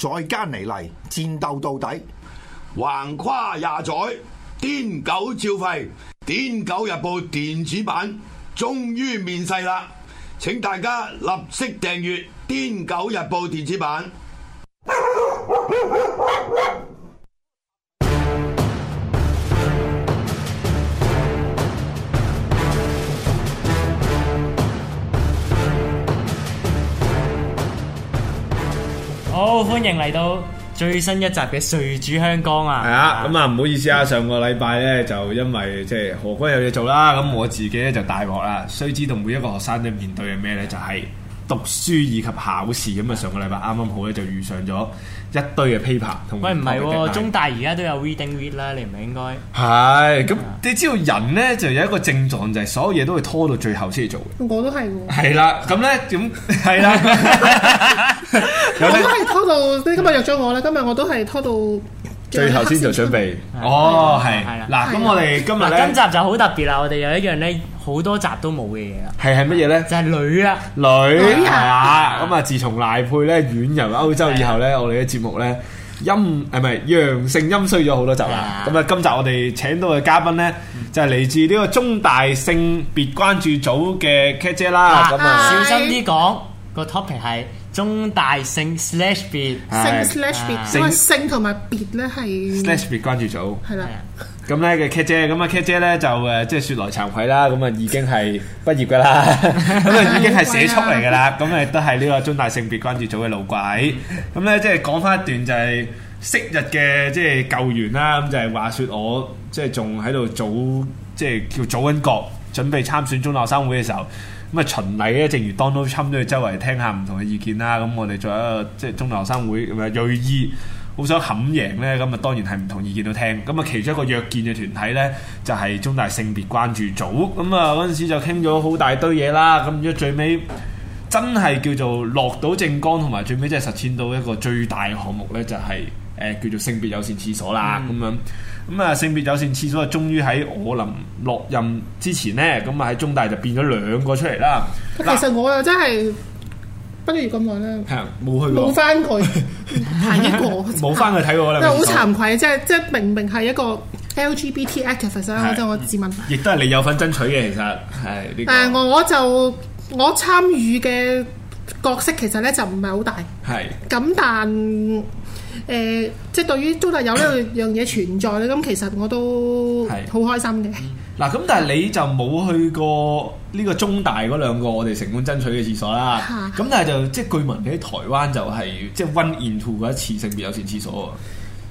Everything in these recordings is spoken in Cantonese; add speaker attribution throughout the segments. Speaker 1: 再艱泥嚟，戰鬥到底。
Speaker 2: 橫跨廿載，癲狗照吠，癲狗日報電子版終於面世啦！請大家立即訂閱癲狗日報電子版。
Speaker 3: 好，歡迎嚟到最新一集嘅《誰主香江》啊！
Speaker 4: 係啊，咁啊唔好意思啊，上個禮拜咧就因為即係何君有嘢做啦，咁我自己咧就大鑊啦。須知道每一個學生都面對嘅咩咧，就係、讀書以及考試咁啊！上個禮拜啱啱好咧就遇上咗一堆嘅 paper 同
Speaker 3: 喂，唔係喎，中
Speaker 4: 大
Speaker 3: 大而家都有 reading read 啦，你唔係應該？
Speaker 4: 係咁，你知道人咧就有一個症狀就係所有嘢都會拖到最後先做嘅。
Speaker 5: 我都係喎，
Speaker 4: 係啦，咁咧點係啦， 有
Speaker 5: 我
Speaker 4: 啲
Speaker 5: 都係拖到你今日約咗我咧，今日我都係拖到
Speaker 4: 最後先做準
Speaker 5: 最後一刻
Speaker 4: 備。哦，係
Speaker 3: 係啦
Speaker 4: 嗱，咁我哋今 日
Speaker 3: 嗱，
Speaker 4: 咧
Speaker 3: 今集就好特別啦，我哋有一樣咧好多集都冇嘅嘢啦，
Speaker 4: 係係乜嘢咧？
Speaker 3: 就係女啦。
Speaker 4: 女係啊，咁啊，自從賴佩咧遠遊歐洲以後咧，我哋嘅節目咧陰誒唔係陽盛陰衰咗好多集啦。
Speaker 3: 係啊
Speaker 4: 咁啊，今集我哋請到嘅嘉賓咧，就係嚟自呢個中大性別關注組嘅 Cat 姐啦。咁啊，
Speaker 3: 小心啲講，個 topic 係中大性 slash 別。
Speaker 4: 係
Speaker 5: 性 slash 別，
Speaker 4: 性
Speaker 5: 因為性同埋別咧係
Speaker 4: slash 別關注組。
Speaker 5: 係啦，
Speaker 4: 咁咧嘅 Cat 姐，咁啊 Cat 姐咧就誒即係説來慚愧啦，咁啊已經係畢業噶啦，咁啊已經係社畜嚟噶啦，咁亦都係呢個中大性別關注組嘅老鬼。咁咧即係講翻一段就係昔日嘅即係救援啦，咁就係話説我即係仲喺度組即係叫組緊角，準備參選中大學生會嘅時候。咁啊循例咧，正如 Donald Trump 都要周圍聽下唔同嘅意見啦。咁我哋作為一個即係中大學生會咁啊鋭意，好想冚贏咧，咁啊當然係唔同意見都聽。咁啊其中一個弱見嘅團體咧，就係、中大性別關注組。咁啊嗰陣時就傾咗好大堆嘢啦。咁最尾。真係叫做落到正光，同埋最尾即係實踐到一個最大嘅項目呢，就係、誒、叫做性別友善廁所啦咁、樣。咁啊，性別友善廁所就終於喺我臨落任之前呢，咁啊喺中大就變咗兩個出嚟啦。
Speaker 5: 其
Speaker 4: 嗱
Speaker 5: 實我又真係畢咗業咁耐咧，
Speaker 4: 係啊冇去
Speaker 5: 冇
Speaker 4: 過，
Speaker 5: 翻佢 行一個，
Speaker 4: 冇翻去睇過啦。
Speaker 5: 真係好
Speaker 4: 廁所
Speaker 5: 慚愧，即係即係明明係一個 LGBT activist 啦，
Speaker 4: 係
Speaker 5: 即係我自問。
Speaker 4: 亦都係你有份爭取嘅，其實係呢、個
Speaker 5: 誒，我就我參與嘅角色其實咧就唔係好大。
Speaker 4: 係
Speaker 5: 咁但誒、呃即係對於中大有呢樣嘢存在咧，咁其實我都
Speaker 4: 係
Speaker 5: 好開心嘅。
Speaker 4: 嗱。咁但係你就冇去過呢個中大嗰兩個我哋成功爭取嘅廁所啦。
Speaker 5: 嚇
Speaker 4: 咁但係就即係據聞你喺台灣就係即係 one into 嗰一次性別友善廁所喎。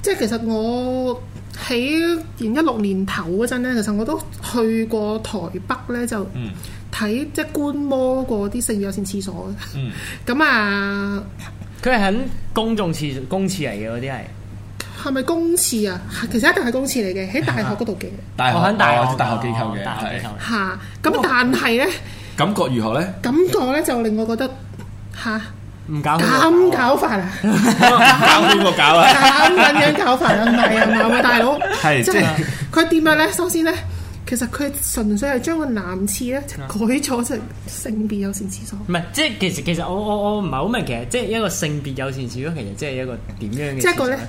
Speaker 5: 即係其實我喺二零一六年頭嗰陣咧，其實我都去過台北咧，就
Speaker 4: 嗯
Speaker 5: 睇即係觀摩過啲性友善廁所
Speaker 4: 嗯
Speaker 5: 嘅。咁啊，
Speaker 3: 佢係喺公眾廁公廁嚟嘅嗰啲係，
Speaker 5: 係咪公廁啊？其實一定係公廁嚟 嘅，喺大學嗰度嘅
Speaker 4: 大學
Speaker 3: 我喺大
Speaker 4: 哦
Speaker 3: 學
Speaker 4: 大學機構嘅，
Speaker 3: 大學機構
Speaker 4: 係
Speaker 5: 嚇。咁但係咧，
Speaker 4: 感覺如 何咧？
Speaker 5: 感覺咧就令我覺得嚇
Speaker 3: 唔搞
Speaker 5: 咁搞法啊！
Speaker 4: 搞邊個搞啊？
Speaker 5: 咁樣搞法啊，唔係啊，唔係啊，大佬，
Speaker 4: 係
Speaker 5: 即
Speaker 4: 即
Speaker 5: 係
Speaker 4: 係
Speaker 5: 佢點樣咧？首先咧，其實佢純粹係將個男廁咧改咗成性別友善廁所，
Speaker 3: 唔係，即係其實其實我我我唔係好明，其實即係一個性別友善廁所，其實即係一個點樣嘅？
Speaker 5: 即係一個咧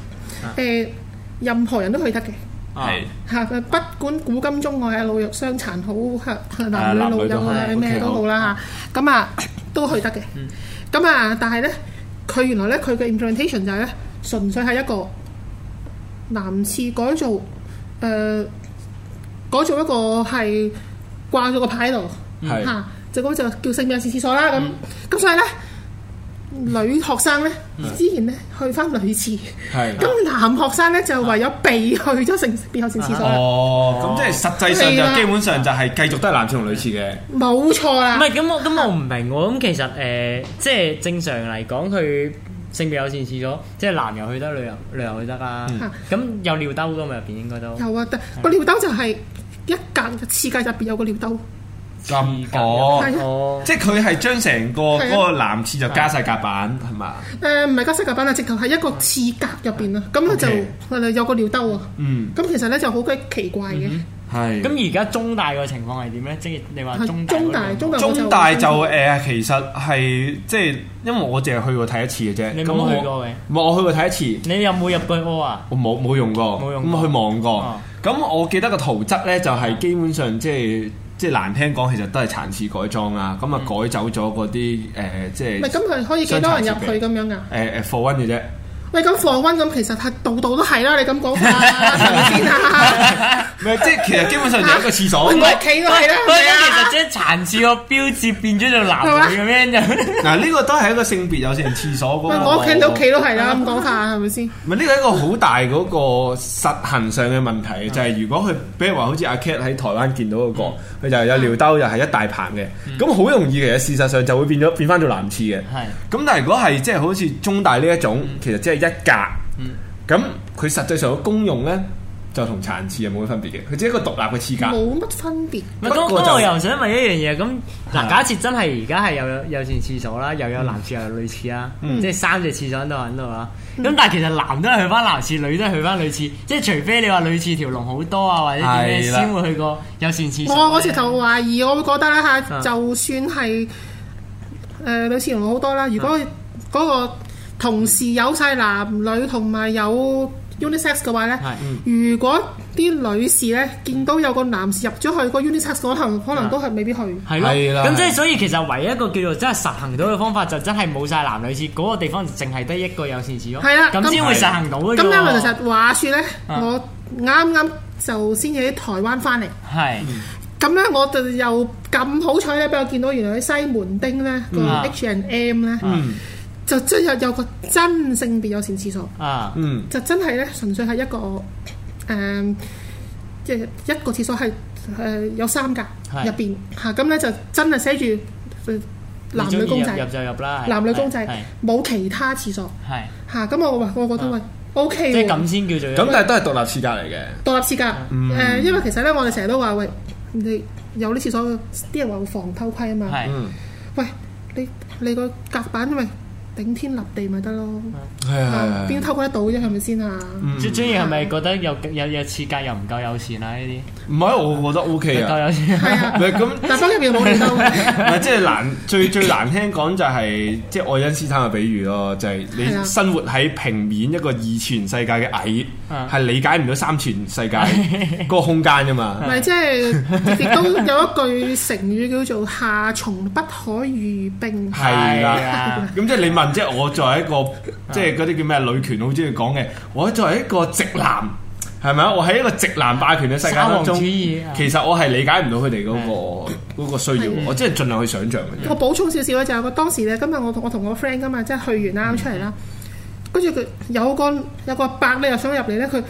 Speaker 5: 誒，任何人都去得嘅。
Speaker 3: 啊，
Speaker 4: 係
Speaker 5: 嚇！不管古今中外係老弱傷殘好，嚇男女
Speaker 4: 啊男
Speaker 5: 老
Speaker 4: 女都
Speaker 5: 幼啊
Speaker 4: 係
Speaker 5: 咩
Speaker 4: OK，嗯
Speaker 5: 都好啦嚇，咁啊 都去得嘅。咁啊，但係咧，佢原來咧佢嘅 implementation 就係咧，純粹係一個呃男廁改造，誒、呃改造一個係掛咗個牌喺度
Speaker 3: 嗯
Speaker 4: 係嗯
Speaker 5: 嚇，就咁就叫性別友善廁所啦咁。咁、所以咧，女學生咧
Speaker 4: 嗯
Speaker 5: 之前咧去翻女廁，
Speaker 4: 係
Speaker 5: 咁男學生咧就唯有避去咗性別友善廁所啦。
Speaker 4: 啊哦，咁即係實際上
Speaker 5: 係
Speaker 4: 就
Speaker 5: 啦嗯
Speaker 4: 基本上就係繼續都係男廁同女廁嘅，
Speaker 5: 冇錯啦
Speaker 3: 唔，係咁我咁我唔明喎，咁其實誒、呃即係正常嚟講，佢性別友善廁所，即係男又去得，女又女又去得啦。
Speaker 5: 嗯
Speaker 3: 咁、有尿兜噶嘛入邊應該都。
Speaker 5: 有啊，但個尿兜就係一格設計入邊有個尿兜，
Speaker 4: 咁
Speaker 5: 係
Speaker 4: 哦，
Speaker 5: 啊
Speaker 3: 哦，
Speaker 4: 即係佢係將成個
Speaker 5: 係啊
Speaker 4: 嗰個男廁就加晒夾板係嘛？
Speaker 5: 誒唔係加色夾板啊，直頭係一個廁格入邊啊，咁佢
Speaker 4: OK
Speaker 5: 就有個尿兜啊，
Speaker 4: 嗯，
Speaker 3: 嗯
Speaker 5: 咁其實咧就好鬼奇怪嘅，
Speaker 4: 係
Speaker 3: 咁而家中大個情況係點咧？即係你話啊中大嗰
Speaker 5: 啊
Speaker 3: 兩
Speaker 5: 中大
Speaker 3: 個
Speaker 5: 中大
Speaker 4: 中大就誒、呃其實係即係，因為我淨係去過睇一次嘅
Speaker 3: 你
Speaker 4: 啫。
Speaker 3: 冇
Speaker 4: 咁我
Speaker 3: 去過嘅？
Speaker 4: 唔係我去過睇一次，
Speaker 3: 你有冇入過去屙啊？
Speaker 4: 我冇冇用過，
Speaker 3: 冇用
Speaker 4: 咁
Speaker 3: 過
Speaker 4: 去望過
Speaker 3: 哦。
Speaker 4: 咁、我記得個圖則咧，就係基本上即係即係難聽講，其實都係殘次改裝啦。咁啊
Speaker 3: 嗯
Speaker 4: 改走咗嗰啲誒即係呃
Speaker 5: 咪咁佢可以幾多人入去咁樣噶？
Speaker 4: 誒誒貨温 嘅啫。
Speaker 5: 喂，咁放温咁其實係度度都係啦，你 咁講法係咪先啊？
Speaker 4: 唔係即係其實基本上就係一個廁所。
Speaker 5: 我屋企都係啦，
Speaker 3: 不過
Speaker 5: 係咪啊
Speaker 3: 其實即係殘次個標誌變咗做男女咁樣就。
Speaker 4: 嗱呢個都係一個性別友善廁所嗰
Speaker 5: 喂，
Speaker 4: 個。
Speaker 5: 我屋企到屋企都係啦，咁講法係咪先？
Speaker 4: 唔係呢個係一個好大嗰個實行上嘅問題，就係如果佢，比如話好似阿 Cat 喺台灣見到嗰個，佢就係有尿兜，又係一大棚嘅，咁好容易其實事實上就會變咗變翻做男廁嘅。
Speaker 3: 係
Speaker 4: 咁但係如果係即係好似中大呢一種，其實即係一格，咁佢實際上嘅功用咧就同殘廁係冇乜分別嘅，佢只係一個獨立嘅廁格。
Speaker 5: 冇乜分別。
Speaker 3: 唔係
Speaker 4: 不
Speaker 3: 咁，啊
Speaker 4: 過就
Speaker 3: 咁我又想問一樣嘢，咁
Speaker 4: 係啊
Speaker 3: 嗱，假設真係而家係有有線廁所啦，又有男廁又有女廁啦，
Speaker 4: 嗯
Speaker 3: 即係三隻廁所喺度喺度啦。啊咁但係其實男都係去翻男廁，女都係去翻女廁，即係除非你話女廁條龍好多啊，或者點
Speaker 4: 係
Speaker 3: 樣
Speaker 4: 啦
Speaker 3: 先會去過有線廁所。
Speaker 5: 我我直頭懷疑，我會覺得啦嚇，
Speaker 3: 啊
Speaker 5: 就算係誒女士同好多啦，如
Speaker 3: 啊
Speaker 5: 果嗰個同事有晒男女同埋有 unisex 嘅話咧
Speaker 3: 係，
Speaker 4: 嗯
Speaker 3: 嗯
Speaker 5: 如果啲女士咧見到有個男士入咗去個 unisex，可能可
Speaker 3: 啊
Speaker 5: 能都係未必去。
Speaker 3: 係咯，
Speaker 4: 係啦
Speaker 3: 咁即
Speaker 4: 係
Speaker 3: 係所以其實唯一一個叫做真係實行到嘅方法，就真係冇晒男女廁，嗰個地方就淨係得一個有線廁咯。
Speaker 5: 係啦
Speaker 3: 咁先
Speaker 5: 咁
Speaker 3: 會實行到嘅啫
Speaker 5: 咁
Speaker 3: 喎。
Speaker 5: 啱其實話説咧，
Speaker 3: 啊
Speaker 5: 我啱啱就先至喺台灣翻嚟。
Speaker 3: 係
Speaker 5: 咁咧，我就又咁好彩咧，俾我見到原來喺西門町咧個
Speaker 3: 嗯
Speaker 5: H and M 咧，
Speaker 4: 嗯
Speaker 5: 就真有有個真性別友善廁所，
Speaker 3: 啊，
Speaker 4: 嗯，
Speaker 5: 就真係咧純粹係一個誒，嗯即、係一個廁所係誒、呃有三格
Speaker 3: 係
Speaker 5: 入邊嚇，咁咧就真係寫住呃男女公
Speaker 3: 你中意入入
Speaker 5: 仔，
Speaker 3: 就入啦，係
Speaker 5: 男女公
Speaker 3: 係
Speaker 5: 仔冇其他廁所
Speaker 3: 係係
Speaker 5: 嚇，咁我話我覺得
Speaker 3: 啊
Speaker 5: 喂 O
Speaker 3: 即
Speaker 5: K
Speaker 3: 係咁嗯先叫做有
Speaker 4: 咁但係都係獨立廁格嚟嘅。
Speaker 5: 獨立廁格。誒、因為其實咧，我哋成日都話喂，你有啲廁所啲人話會防偷窺啊嘛。
Speaker 3: 係
Speaker 4: 嗯，
Speaker 5: 喂，你你個隔板咪頂天立地咪得咯，
Speaker 4: 係
Speaker 5: 啊
Speaker 4: 係
Speaker 5: 邊
Speaker 4: 係。
Speaker 5: 偷窺得到啫？係咪先啊？
Speaker 4: 嗯
Speaker 3: 最中意係咪覺得有有有設計又唔夠友善啊？呢
Speaker 4: 唔係，我覺得 O
Speaker 3: 啲
Speaker 4: K
Speaker 3: 唔夠
Speaker 4: 啊。
Speaker 3: 友善，
Speaker 5: 係
Speaker 4: 唔
Speaker 5: 啊，
Speaker 4: 係咁。
Speaker 5: 但係入邊冇連到嘅，
Speaker 4: 唔係即係難最最難聽講就係即係愛因斯坦嘅比喻咯，就係、
Speaker 5: 係啊
Speaker 4: 你生活喺平面一個二次元世界嘅蟻，
Speaker 3: 啊
Speaker 4: 係理解唔到三次元 世界嗰個空間噶嘛。
Speaker 5: 咪即係亦都有一句成語叫做夏蟲不可語冰。
Speaker 4: 係
Speaker 3: 係
Speaker 4: 啦
Speaker 3: 啊，
Speaker 4: 咁即係你問，即係我作為一個即係嗰啲叫咩女權好中意講嘅，我作為一個直男，係咪啊？我喺一個直男霸權嘅世界
Speaker 3: 沙
Speaker 4: 當
Speaker 3: 皇
Speaker 4: 中，
Speaker 3: 主義啊
Speaker 4: 其實我係理解唔到佢哋嗰個嗰個需要，我即係盡量去想像嘅啫。
Speaker 5: 我補充少少咧，就係我當時咧，今日我同我同我 friend 噶嘛，即係去完啦啱出嚟啦，跟住佢有個有個伯咧又想入嚟咧，佢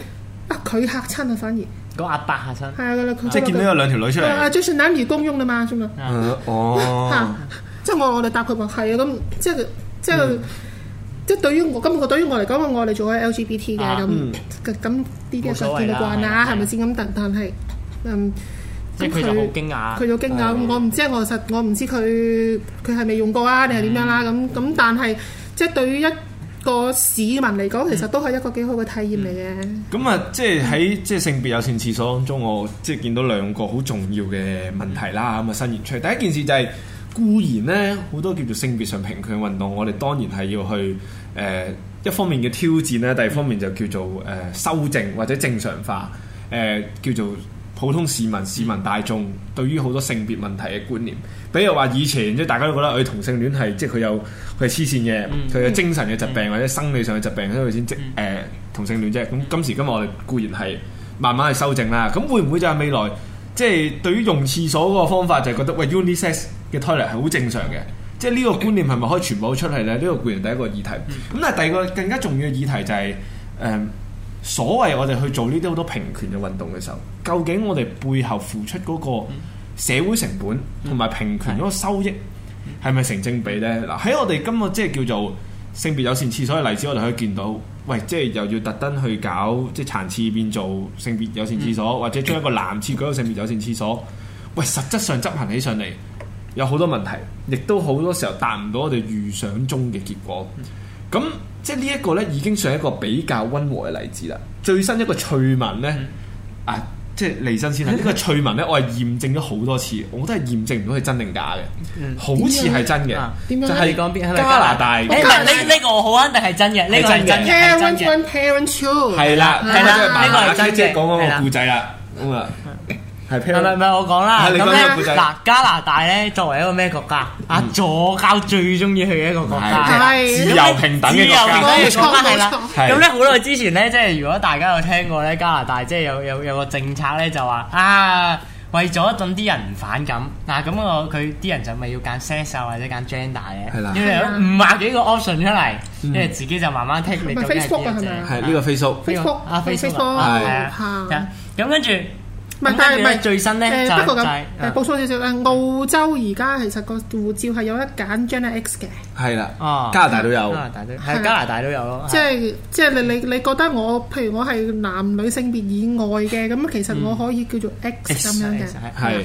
Speaker 5: 啊佢嚇親啊，反而係
Speaker 3: 個阿伯下身
Speaker 5: 啊，佢
Speaker 4: 即係見到有兩條女出嚟，
Speaker 5: 啊，最善男如公翁啦嘛，啫嘛。
Speaker 4: 嗯哦
Speaker 5: 嚇，！即係我我哋答佢話係啊，咁即係即
Speaker 3: 嗯
Speaker 5: 係即係對於我咁，我對於我嚟講，我哋做緊 LGBT 嘅
Speaker 3: 啊
Speaker 5: 咁
Speaker 4: 嗯
Speaker 5: 咁咁呢啲
Speaker 3: 冇所
Speaker 5: 就
Speaker 3: 謂
Speaker 5: 見到慣啦，
Speaker 3: 啦啊
Speaker 5: 係咪先？咁但但係嗯，
Speaker 3: 即係佢就好驚啊訝
Speaker 5: 佢就驚訝。我唔知我實我唔知佢佢係未用過啊，定係點樣啦？
Speaker 3: 嗯
Speaker 5: 咁咁但係即係對於一個市民嚟
Speaker 3: 嗯
Speaker 5: 講，其實都係一個幾好嘅體驗嚟嘅。
Speaker 4: 咁啊，即係喺即係性別友善廁所當中，我即係見到兩個好重要嘅問題啦。咁啊，伸延出嚟。第一件事就係、固然呢，好多叫做性別上平權嘅運動，我哋當然係要去誒、呃一方面嘅挑戰啦，第二方面就叫做誒、呃修正或者正常化誒、呃叫做普通市民市民大眾對於好多性別問題嘅觀念。比如話以前即係大家都覺得佢哎同性戀係即係佢有佢係黐線嘅，佢有精神嘅疾病或者生理上嘅疾病，所以佢先即誒同性戀啫。咁今時今日我哋固然係慢慢去修正啦。咁會唔會就係未來即係對於用廁所嗰個方法就係覺得喂 unisex 嘅 toilet 係好正常嘅？即係呢個觀念係咪可以傳播出嚟咧？呢個固然第一個議題。咁但係第二個更加重要嘅議題就係、誒所謂我哋去做呢啲好多平權嘅運動嘅時候，究竟我哋背後付出嗰個社會成本同埋平權嗰個收益係咪成正比呢？嗱，喺我哋今個即係叫做性別友善廁所嘅例子，我哋可以見到，喂，即係又要特登去搞即係殘廁變做性別友善廁所，或者將一個男廁改到性別友善廁所，喂，實質上執行起上嚟有好多問題，亦都好多時候達唔到我哋預想中嘅結果。咁即係呢一個呢，已經算係一個比較温和嘅例子啦。最新一個趣聞呢，啊即係離身先啦。呢個趣聞咧，我係驗證咗好多次，我都係驗證唔到佢真定假嘅，好似係真嘅
Speaker 3: 啊，
Speaker 5: 點樣
Speaker 4: 就
Speaker 5: 咧
Speaker 4: 係
Speaker 3: 你講邊係咪
Speaker 4: 加拿大
Speaker 3: 誒哎唔係呢呢個我好肯啊定係真嘅，呢個係真嘅，係
Speaker 5: Parent
Speaker 3: 真嘅。
Speaker 5: one, parent two。
Speaker 4: 係啦，
Speaker 3: 係啦呢個係真嘅
Speaker 4: 即係講
Speaker 3: 係
Speaker 4: 嗰
Speaker 3: 啦
Speaker 4: 個故仔啦，咁啊係
Speaker 3: 唔
Speaker 4: Parent-
Speaker 3: 係唔係，我講啦。
Speaker 4: 啊係你
Speaker 3: 咁
Speaker 4: 講呢個故
Speaker 3: 咧
Speaker 4: 仔
Speaker 3: 嗱，加拿大咧作為一個咩國家？阿左交最中意去嘅一個國
Speaker 4: 係
Speaker 3: 家。
Speaker 4: 啦
Speaker 5: 係
Speaker 4: 自由平等嘅國家
Speaker 5: 自由
Speaker 3: 嘅
Speaker 5: 平等嘅
Speaker 3: 國家係啦
Speaker 5: 冇錯。
Speaker 4: 冇錯
Speaker 3: 咁咧好耐之前咧，即係如果大家有聽過咧，加拿大即係有有有個政策咧，就話啊。為咗等啲人唔反感，嗱咁我佢啲人就咪要揀 sex 啊或者揀 gender
Speaker 4: 係啦嗯
Speaker 3: 嘅，要有五萬幾個 option 出嚟，跟住自己就慢慢剔你
Speaker 5: 咪
Speaker 3: 究竟係
Speaker 5: Facebook 啊
Speaker 3: 邊一隻
Speaker 5: 係咪啊
Speaker 4: 係呢個 Facebook。
Speaker 5: Facebook，
Speaker 3: 啊 Facebook 啊
Speaker 4: 係
Speaker 3: 係
Speaker 5: 啊
Speaker 3: 啊，咁跟住咁跟住
Speaker 5: 唔係，但係唔
Speaker 3: 咧
Speaker 5: 係
Speaker 3: 最新咧就
Speaker 5: 誒，不過
Speaker 3: 就
Speaker 5: 咁
Speaker 3: 係
Speaker 5: 誒，補充少少啦。澳洲而家其實個護照係有得揀 Gender X 嘅，
Speaker 4: 係啦
Speaker 3: 哦，
Speaker 4: 加拿大都有
Speaker 3: 加，拿大都
Speaker 5: 係
Speaker 3: 係加拿大都有咯，
Speaker 5: 即係即係你你你覺得我譬如我係男女性別以外嘅，咁其實我可以叫做 X 咁樣嘅。
Speaker 4: 係。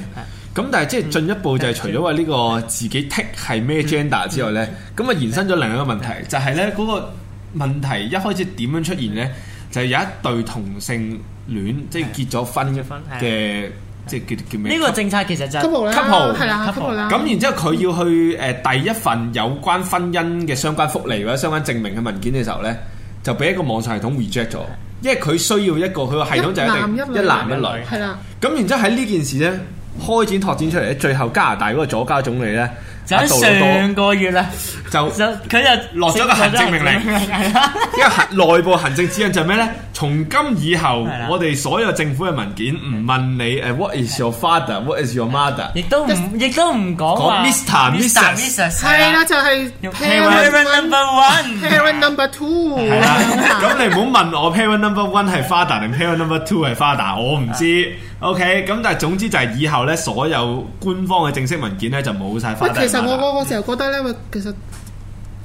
Speaker 4: 咁但係即係進一步就係除咗話呢個自己剔係咩 gender 之外咧，咁啊延伸咗另一個問題，就係咧嗰個問題一開始點樣出現咧？就係有一對同性戀即係結咗婚
Speaker 3: 結咗婚係
Speaker 4: 嘅，即係叫叫咩？
Speaker 3: 呢個政策其實就
Speaker 5: couple 啦
Speaker 4: couple，
Speaker 5: 係啦
Speaker 3: couple
Speaker 5: couple 啦。
Speaker 4: 咁然之後佢要去誒、呃第一份有關婚姻嘅相關福利或者相關證明嘅文件嘅時候呢，就俾一個網上系統 reject 咗，因為佢需要一個佢個系統就一定
Speaker 5: 一男一女
Speaker 4: 一男一女。
Speaker 5: 係啦，
Speaker 4: 咁然之後喺呢件事呢，開展拓展出嚟咧，最後加拿大嗰個左家總理呢，
Speaker 3: 就
Speaker 4: 阿
Speaker 3: 喺
Speaker 4: 杜魯
Speaker 3: 上個月啦，
Speaker 4: 多
Speaker 3: 就
Speaker 4: 就。
Speaker 3: 佢就
Speaker 4: 落咗個行政命令
Speaker 3: 係啦
Speaker 4: 因為行 內部行政指引就係咩呢？從今以後
Speaker 3: 係啦，
Speaker 4: 我哋所有政府嘅文件唔問你誒 What is your father? What is your mother？
Speaker 3: 亦都唔亦都唔講話
Speaker 4: 講 Mr. Mrs.
Speaker 3: Mrs.
Speaker 5: 係啦，就係
Speaker 3: 用
Speaker 5: parent
Speaker 3: parent number
Speaker 5: one,
Speaker 3: one。
Speaker 5: parent number two
Speaker 4: 係啦，
Speaker 5: 咁
Speaker 4: 咁你唔好問我 parent number one 係 father 定 parent number two 係 father，我唔知。OK，咁但係總之就係以後咧，所有官方嘅正式文件咧就冇晒
Speaker 5: 喂
Speaker 4: father。，
Speaker 5: 其實我我我成日覺得咧，喂，其實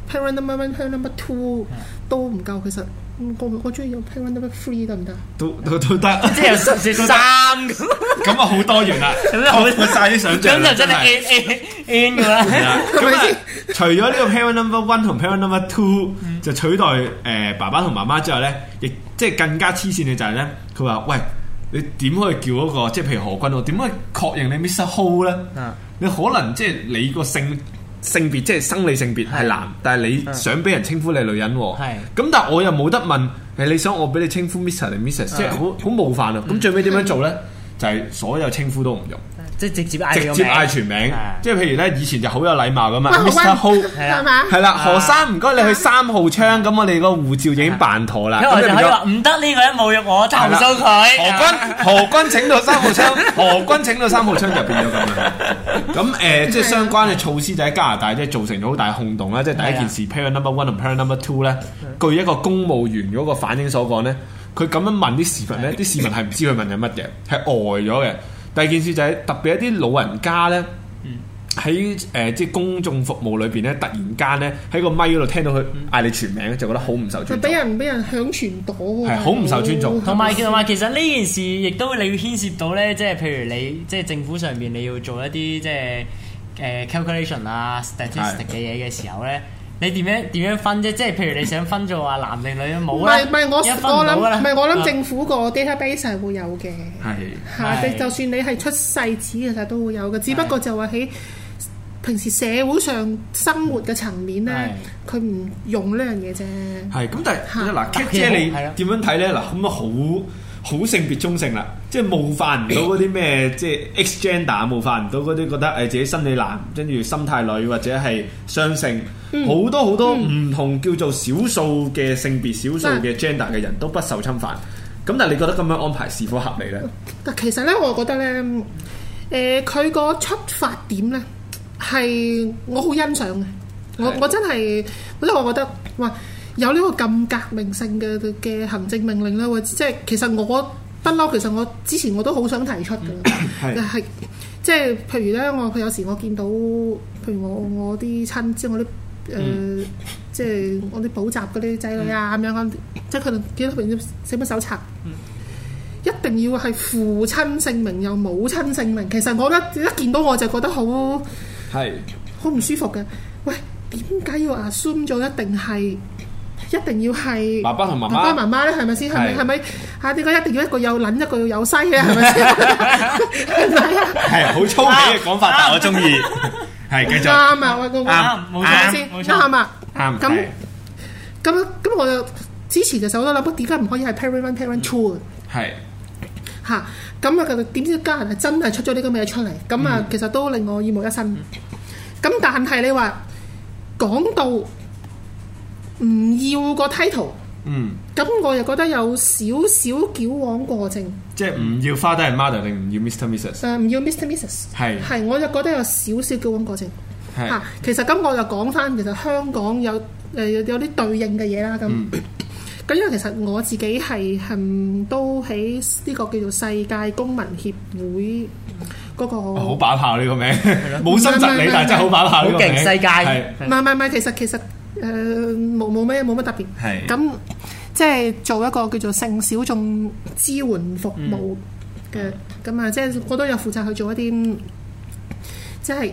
Speaker 5: parent number one、parent number two
Speaker 3: 嗯
Speaker 5: 都唔夠，其實嗯我我中意有 parent number three 得唔得？
Speaker 4: 都都都得，
Speaker 3: 即係有十至三咁，
Speaker 4: 咁啊好多元啦，
Speaker 3: 咁好
Speaker 4: 擴闊晒啲想像
Speaker 3: 咁
Speaker 4: 啦，
Speaker 3: 就真係 in in in 㗎
Speaker 4: 係
Speaker 3: 啦。
Speaker 4: 啦
Speaker 5: 係咪
Speaker 4: 咁啊
Speaker 5: 先，
Speaker 4: 除咗呢個 parent number one 同 parent number two 就取代誒、呃爸爸同媽媽之後咧，亦即係更加黐線嘅就係咧，佢話喂，你點可以叫嗰、個即係譬如何君我點可以確認你 Mr. Ho 咧？
Speaker 3: 嗯
Speaker 5: 啊
Speaker 4: 你可能即係你個性性別即係生理性別係男，但係
Speaker 5: 啊
Speaker 4: 你想俾人稱呼你係女人喎。
Speaker 3: 係
Speaker 4: 咁，但係我又冇得問誒，你想我俾你稱呼 Mr. 定 Mrs. 即係好好冒犯啊！咁最尾點樣做咧？就係所有稱呼都唔用。
Speaker 3: 即係直接嗌
Speaker 4: 直
Speaker 3: 佢個
Speaker 4: 接
Speaker 3: 名
Speaker 4: 嗌全名
Speaker 3: 啊，
Speaker 4: 即係譬如咧，以前就好有禮貌噶嘛
Speaker 5: 喂何
Speaker 4: ，Mr. Ho
Speaker 3: 係啦
Speaker 5: 係嘛？
Speaker 4: 係啦，
Speaker 3: 啊
Speaker 4: 何生唔該你去三號窗，咁我哋個護照已經辦妥啦。
Speaker 3: 因為
Speaker 4: 咁
Speaker 3: 我
Speaker 4: 你
Speaker 3: 就
Speaker 4: 變
Speaker 3: 可以話
Speaker 4: 咗
Speaker 3: 唔得呢個人侮辱我，投訴佢。
Speaker 4: 哎何君，何君請到三號 窗，何君請到三號窗就變咗咁樣。咁誒、呃即係相關嘅措施就喺加拿大即係造成咗好大轟動啦。即係啊第一件事，parent number one 同 parent number two 咧，據一個公務員嗰個反應所講咧，佢咁樣問啲市民咧，啲市民係唔知佢問緊乜嘅，係呆咗嘅。第二件事就係特別一啲老人家咧。喺誒、呃即係公眾服務裏邊咧，突然間咧喺個咪嗰度聽到佢嗌你全名，就覺得好唔受尊
Speaker 5: 咪
Speaker 4: 重
Speaker 5: 俾。人俾人響傳到喎，
Speaker 4: 係好唔受尊重
Speaker 3: 同埋同埋，其實呢件事亦都你要牽涉到咧，即係譬如你即係政府上邊你要做一啲即係誒、呃 calculation 啊、statistic 嘅嘢嘅時候咧，你點樣點樣分啫？即係譬如你想分做話男定女
Speaker 5: 唔
Speaker 3: 冇啦，
Speaker 5: 係唔係我
Speaker 3: 一分唔
Speaker 5: 我
Speaker 3: 到㗎啦
Speaker 5: 諗唔係我諗
Speaker 3: 啊
Speaker 5: 政府個 database 係會有嘅，
Speaker 4: 係
Speaker 5: 嚇
Speaker 3: 係
Speaker 5: 你就算你係出世紙其實都會有嘅，只不過就話喺平時社會上生活嘅層面咧，佢唔用呢樣嘢啫。
Speaker 4: 係咁，但係
Speaker 5: 嚇
Speaker 4: 嗱，Cat
Speaker 3: 特別
Speaker 4: 姐你
Speaker 3: 好係啊
Speaker 4: 點樣睇咧？嗱，咁啊好好性別中性啦，即係冒犯唔到嗰啲咩，即係 X gender 冒犯唔到嗰啲覺得誒自己生理男，跟住心態女或者係雙性，好多好多唔同叫做少數嘅性別、少數嘅 gender 嘅人都不受侵犯。咁但係你覺得咁樣安排是否合理咧？
Speaker 5: 但其實咧，我覺得咧，誒、佢個出發點咧係我好欣賞嘅，我
Speaker 4: 係
Speaker 5: 我真係，因為我覺得哇，有呢個咁革命性嘅嘅行政命令咧，或者即係其實我不嬲，其實我之前我都好想提出嘅，
Speaker 4: 係
Speaker 5: 係即係譬如咧，我佢有時我見到，譬如我我啲親，即係我啲誒。呃
Speaker 4: 嗯
Speaker 5: 即係我啲補習嗰啲仔女啊咁樣咁，即係佢哋幾多平寫乜手冊，一定要係父親姓名又母親姓名。其實我覺得一見到我就覺得好好
Speaker 4: 係
Speaker 5: 唔舒服嘅。喂，點解要 assume 咗一定係一定要係
Speaker 4: 爸爸同媽媽
Speaker 5: 爸爸媽媽咧，係咪先？係咪
Speaker 4: 係
Speaker 5: 係咪嚇？點解一定要一個有撚，一個要有西咧？係咪先？係咪啊？
Speaker 4: 係好粗鄙嘅講法，但我中意。係繼 續
Speaker 5: 啱啊！喂，我
Speaker 4: 啱
Speaker 3: 冇
Speaker 5: 係咪
Speaker 3: 錯
Speaker 5: 先
Speaker 3: 冇錯，
Speaker 5: 啱啊！
Speaker 4: 啱。
Speaker 5: 咁
Speaker 4: 係
Speaker 5: 咁咁我就之前就手都諗，不過點解唔可以係 parent one parent two 啊嘅
Speaker 4: 係
Speaker 5: 嚇？咁啊，佢點知家人係真係出咗啲咁嘅嘢出嚟？咁啊，其實都令我耳目一新。咁但係你話講到唔要個 title，
Speaker 4: 嗯，
Speaker 5: 咁我又覺得有少少矯枉過正。
Speaker 4: 即係唔要 father and mother 定唔要 Mr. Mrs.
Speaker 5: 誒唔要 Mr. Mrs.
Speaker 4: 係
Speaker 5: 係，我就覺得有少少矯枉過正。
Speaker 4: 係
Speaker 5: 啊，其實咁我就講翻，其實香港有誒、呃有有啲對應嘅嘢啦，咁咁、因為其實我自己係係都喺呢個叫做世界公民協會嗰、個，
Speaker 4: 好
Speaker 5: 唔
Speaker 4: 把炮呢個名，冇心窒你，但係真係好把炮呢個名。
Speaker 3: 好勁世界
Speaker 4: 係
Speaker 5: 係唔係唔係，其實其實誒冇冇咩冇乜特別，
Speaker 4: 係
Speaker 5: 咁即係做一個叫做性小眾支援服務
Speaker 4: 嗯
Speaker 5: 嘅，咁啊、即係我都有負責去做一啲，即係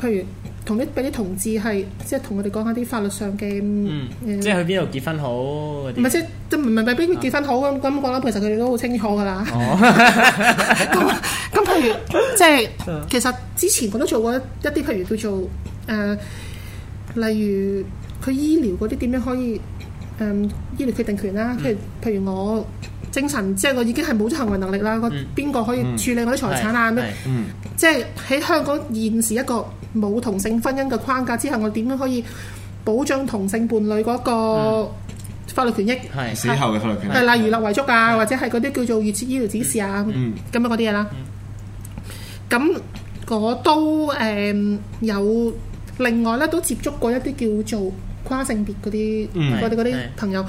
Speaker 5: 譬如同啲俾啲同志係，即係同佢哋講下啲法律上嘅，
Speaker 3: 嗯
Speaker 5: 嗯
Speaker 3: 即係去邊度結婚好嗰
Speaker 5: 唔係
Speaker 3: 啲。
Speaker 5: 即係即係唔係俾邊結婚好
Speaker 3: 啊
Speaker 5: 咁咁講啦，其實佢哋都好清楚噶啦。
Speaker 3: 哦
Speaker 5: 咁 咁譬如即係其
Speaker 3: 啊
Speaker 5: 實之前我都做過一啲譬如叫做誒、呃例如佢醫療嗰啲點樣可以誒、呃、醫療決定權
Speaker 3: 嗯
Speaker 5: 啦，譬如譬如我精神即係我已經係冇咗行為能力啦，個邊個可以處理我啲財產啊
Speaker 3: 嗯係
Speaker 5: 咩？
Speaker 4: 嗯
Speaker 3: 係
Speaker 5: 即係喺香港現時一個冇同性婚姻嘅框架之下，我點樣可以保障同性伴侶嗰
Speaker 3: 嗯
Speaker 5: 個法律權益？
Speaker 3: 係
Speaker 4: 死後嘅法律權
Speaker 5: 係
Speaker 4: 利。
Speaker 5: 例如立遺囑啊，或者係嗰啲叫做預設醫療指示啊，
Speaker 4: 嗯
Speaker 5: 咁樣嗰啲嘢啦。咁我都誒、有另外咧都接觸過一啲叫做跨性別嗰啲
Speaker 4: 嗯
Speaker 5: 嗰啲嗰啲
Speaker 3: 係
Speaker 5: 朋友，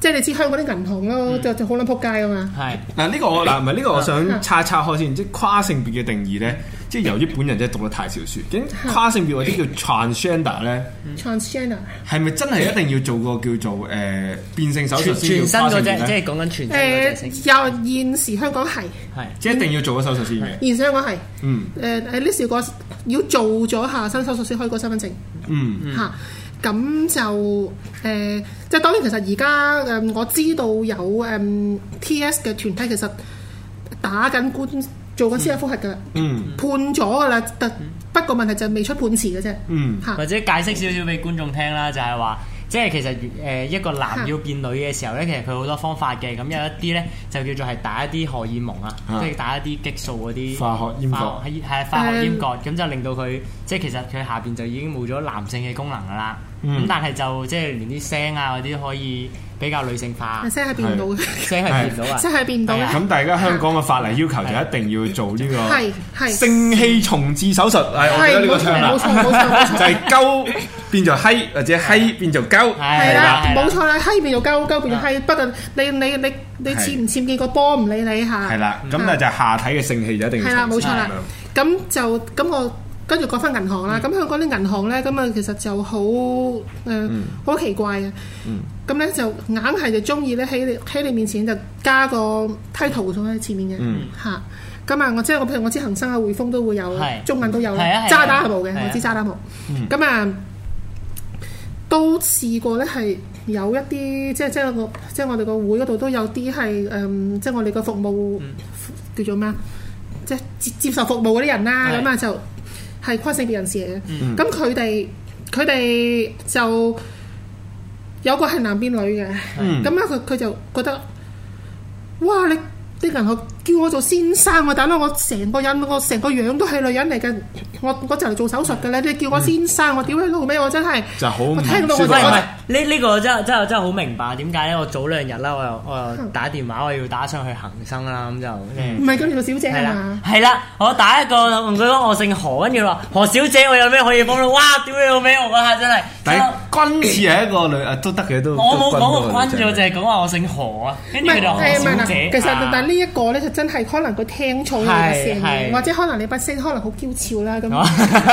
Speaker 5: 即係你知香港啲銀行咯，就就好撚撲街噶嘛。
Speaker 3: 係
Speaker 4: 嗱呢個我嗱唔係呢個，我想叉一叉開先，即係跨性別嘅定義咧，即係由於本人真係讀得太少書，究竟跨性別或者叫 transgender 咧，
Speaker 5: transgender
Speaker 4: 係咪真係一定要做個叫做誒、呃、變性手術
Speaker 3: 全
Speaker 4: 先
Speaker 3: 全
Speaker 4: 叫
Speaker 3: 身
Speaker 4: 跨性
Speaker 3: 嗰
Speaker 4: 別
Speaker 3: 隻，即
Speaker 4: 咧？
Speaker 3: 嗯係講緊全身嗰隻先。
Speaker 5: 誒又現時香港係
Speaker 3: 係
Speaker 4: 即係一定要做個手術先嘅。
Speaker 5: 現時香港係
Speaker 4: 嗯
Speaker 5: 誒喺呢時個要做咗下身手術先可以過身份證。
Speaker 4: 嗯
Speaker 5: 嚇。咁就誒、即係當然其實而家誒我知道有呃誒、T.S 嘅團體其實打緊官做緊司法覆核㗎啦，
Speaker 4: 嗯
Speaker 5: 判咗㗎啦，但不過問題就係未出判詞嘅啫。啊
Speaker 4: 嗯
Speaker 5: 嚇
Speaker 3: 或者解釋少少俾觀眾聽啦，就係話。即係其實誒一個男
Speaker 5: 嚇
Speaker 3: 要變女嘅時候咧，其實佢好多方法嘅。咁有一啲咧就叫做係打一啲荷爾蒙啊，
Speaker 4: 啊
Speaker 3: 即係打一啲激素嗰啲
Speaker 4: 化學嗯閹割
Speaker 3: 化學係係啊化學閹割，咁就令到佢即係其實佢下邊就已經冇咗男性嘅功能噶啦。
Speaker 4: 嗯
Speaker 3: 咁但係就即係連啲聲啊嗰啲可以比較女性化
Speaker 5: 但，聲啊係變唔到嘅，
Speaker 3: 聲係變唔到 啊。
Speaker 5: 聲係變唔到
Speaker 3: 係
Speaker 5: 嘅，
Speaker 4: 咁但係而家香港嘅法例要求就一定要做呢
Speaker 5: 係
Speaker 4: 個
Speaker 5: 係
Speaker 4: 性器重置手術，係我記得
Speaker 5: 係
Speaker 4: 呢個
Speaker 5: 冇
Speaker 4: term
Speaker 5: 錯
Speaker 4: 啦
Speaker 5: 冇。錯冇錯冇
Speaker 4: 就
Speaker 5: 錯。
Speaker 4: 係鳩變做閪，或者閪變做鳩，
Speaker 3: 係
Speaker 5: 係
Speaker 3: 係
Speaker 5: 啦
Speaker 3: 啦，
Speaker 4: 啊
Speaker 5: 冇錯啦，閪變做鳩，鳩變做
Speaker 3: 啊
Speaker 5: 閪。不過你你你你
Speaker 4: 係
Speaker 5: 僭唔僭建個波唔理你嚇。
Speaker 4: 係啦。咁啊
Speaker 3: 嗯
Speaker 4: 但係就係下體嘅性器就一定要
Speaker 5: 係啦，冇
Speaker 4: 重
Speaker 5: 錯
Speaker 4: 視咁
Speaker 5: 啦
Speaker 4: 樣。嗯
Speaker 5: 咁就咁我跟住講翻銀行啦。咁香港啲銀行咧，咁啊其實就好誒
Speaker 4: 嗯
Speaker 5: 好奇怪嘅。咁咧就硬係就中意咧喺你喺你面前就加個 title 咗喺前面嘅
Speaker 4: 嗯
Speaker 5: 嚇。咁啊，我即係我譬如我知恒生啊、匯豐都會有
Speaker 3: 係，
Speaker 5: 中文都有
Speaker 3: 係啊
Speaker 5: 啦
Speaker 3: 係啊，
Speaker 5: 渣打係冇嘅，
Speaker 3: 係啊
Speaker 5: 我知渣打冇。
Speaker 4: 嗯
Speaker 5: 咁啊，都試過咧係有一啲即係即係我即係我哋個會嗰度都有啲係誒，即係我哋個服務
Speaker 3: 嗯
Speaker 5: 叫做咩啊？即係接接受服務嗰啲人啦，
Speaker 3: 係
Speaker 5: 咁啊就係跨性別人士
Speaker 4: 嗯
Speaker 5: 嚟嘅。咁佢哋佢哋就有個係男變女嘅，
Speaker 4: 嗯
Speaker 5: 咁咧啊佢佢就覺得，哇！你啲人學叫我做先生啊，大佬我成個人我成個樣都係女人嚟嘅，我我就嚟做手術嘅咧，你叫我先生，我屌你老味，我真係
Speaker 4: 嗯就好唔
Speaker 5: 我聽到我
Speaker 4: 舒服
Speaker 3: 喂，
Speaker 4: 啊
Speaker 3: 唔係
Speaker 5: 我
Speaker 3: 呢呢個真係真係真係好明白點解咧？我早兩日啦，我又我
Speaker 5: 嗯
Speaker 3: 又打電話，我要打上去恒生啦，咁就
Speaker 4: 嗯
Speaker 5: 唔係咁你做小姐
Speaker 3: 係
Speaker 5: 係
Speaker 3: 啦
Speaker 5: 嘛？，
Speaker 3: 係啦，我打一個同佢講我姓何，跟住話何小姐，我有咩可以幫到？哇！屌你老味，我嗰下真係，
Speaker 4: 但係軍字係一個女啊，都得嘅都。
Speaker 3: 我冇
Speaker 4: 都
Speaker 3: 講過
Speaker 4: 軍
Speaker 3: 坤
Speaker 4: 嗰
Speaker 3: 咗，
Speaker 4: 個女
Speaker 3: 就
Speaker 4: 仔
Speaker 3: 係講話我姓何啊，跟住佢就何
Speaker 5: 誒唔係
Speaker 3: 小
Speaker 5: 嗱
Speaker 3: 姐。啊
Speaker 5: 其實但係
Speaker 3: 呢
Speaker 5: 呢一個咧就真係可能佢聽錯你嘅
Speaker 3: 係
Speaker 5: 聲嘅，
Speaker 3: 係
Speaker 5: 或者可能你把聲可能好嬌俏啦咁，
Speaker 3: 哦